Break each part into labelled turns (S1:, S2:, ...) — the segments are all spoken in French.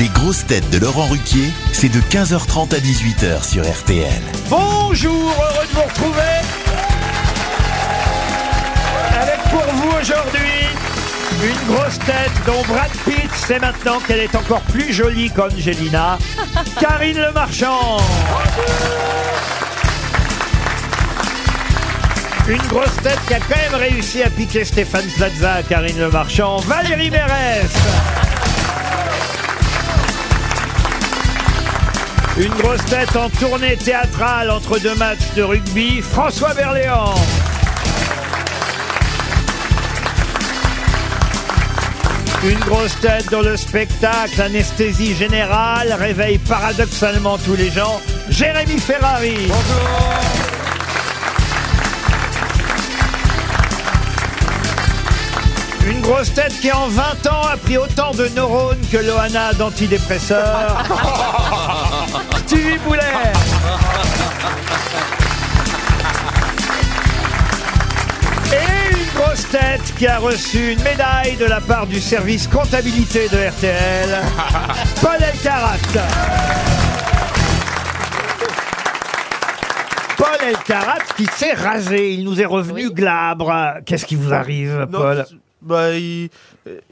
S1: Les grosses têtes de Laurent Ruquier, c'est de 15h30 à 18h sur RTL.
S2: Bonjour, heureux de vous retrouver avec pour vous aujourd'hui une grosse tête dont Brad Pitt sait maintenant qu'elle est encore plus jolie qu'Angelina, Karine Le Marchand. Une grosse tête qui a quand même réussi à piquer Stéphane Plaza à Karine Le Marchand, Valérie Mérès. Une grosse tête en tournée théâtrale entre deux matchs de rugby, François Berléand. Une grosse tête dans le spectacle, anesthésie générale, réveille paradoxalement tous les gens, Jérémy Ferrari. Une grosse tête qui en 20 ans a pris autant de neurones que Loana d'antidépresseurs. Stevie Boulet. Et une grosse tête qui a reçu une médaille de la part du service comptabilité de RTL. Paul Elkarat. Paul Elkarat qui s'est rasé, il nous est revenu glabre. Qu'est-ce qui vous arrive,
S3: Non,
S2: Paul
S3: c'est- Bah, il,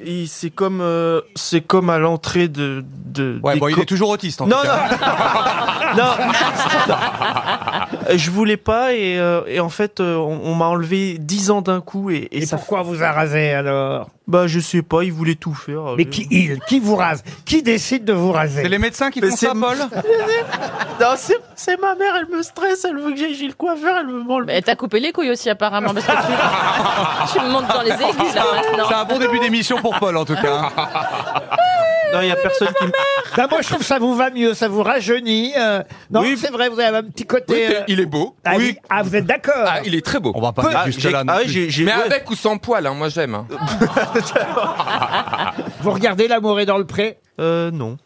S3: il- c'est comme, euh, c'est comme à l'entrée de, de.
S4: Ouais,
S3: des
S4: bon, il
S3: co-
S4: est toujours autiste en
S3: Non,
S4: tout
S3: non,
S4: cas.
S3: non, non. Je voulais pas et, euh, et en fait, euh, on, on m'a enlevé 10 ans d'un coup et, et
S2: Et
S3: ça.
S2: pourquoi vous a rasé alors
S3: Bah, je sais pas, il voulait tout faire.
S2: Mais qui il Qui vous rase Qui décide de vous raser
S4: C'est les médecins qui font
S3: c'est-
S4: ça, Paul
S3: Non, c'est, c'est ma mère, elle me stresse, elle veut que j'aille chez le coiffeur, elle me m'enlève.
S5: Mais t'as coupé les couilles aussi apparemment parce que tu, tu me montes dans les aigus là
S4: C'est
S5: maintenant.
S4: un bon début d'émission pour Paul en tout cas. hein.
S3: Non, il y a personne qui me.
S2: Bah, moi, je trouve que ça vous va mieux, ça vous rajeunit. euh, non,
S3: Oui.
S2: c'est vrai, vous avez un petit côté. euh,
S6: Il est beau.
S2: ah, oui. ah, vous êtes d'accord
S6: Ah, il est très beau.
S4: On va pas
S3: Peu-
S4: aller
S3: Ah, j'ai-
S4: jusque-là. non
S3: ah ouais,
S4: plus.
S3: j'ai- j'ai-
S6: Mais
S3: ouais.
S6: avec ou sans poil, hein, moi j'aime. hein.
S2: Vous regardez L'amour est dans le pré
S3: Euh, non.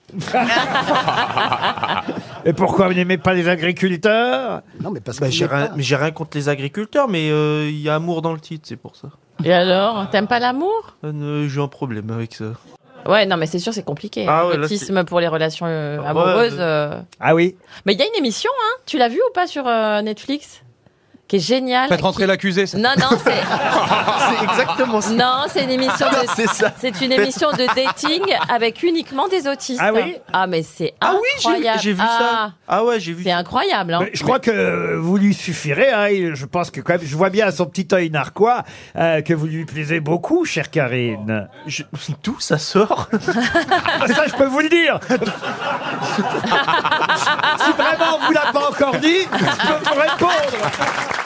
S2: Et pourquoi vous n'aimez pas les agriculteurs
S7: Non, mais parce
S3: Bah,
S7: que
S3: j'ai rien, mais j'ai rien contre les agriculteurs, mais euh, il y a amour dans le titre, c'est pour ça.
S5: Et alors, t'aimes pas l'amour
S3: Euh, ne- j'ai un problème avec ça.
S5: Ouais, non mais c'est sûr c'est compliqué.
S3: Ah ouais, là,
S5: L'autisme pour les relations euh,
S3: Ah ouais,
S5: amoureuses.
S3: ouais.
S5: euh.
S2: Ah oui
S5: Mais il y a une émission, hein Tu l'as vue ou pas sur euh, Netflix Qui est géniale.
S4: Faites rentrer l'accusé. ça.
S5: Non non c'est
S3: C'est exactement ça.
S5: non c'est une émission de
S3: C'est ça.
S5: c'est une émission de dating avec uniquement des autistes.
S2: Ah oui
S5: Ah mais c'est
S3: Ah oui, j'ai vu-
S5: incroyable.
S3: j'ai vu
S5: Ah,
S3: ça. Ah ouais, j'ai vu.
S5: C'est incroyable hein.
S2: Mais Je crois que euh, vous lui suffirez. hein, et je pense que quand même, je vois bien à son petit œil narquois euh, que vous lui plaisez beaucoup, chère Karine.
S3: Je- D'où ça sort
S2: Ah, ça, je peux vous le dire. si vraiment on vous l'a pas encore dit, je peux vous répondre.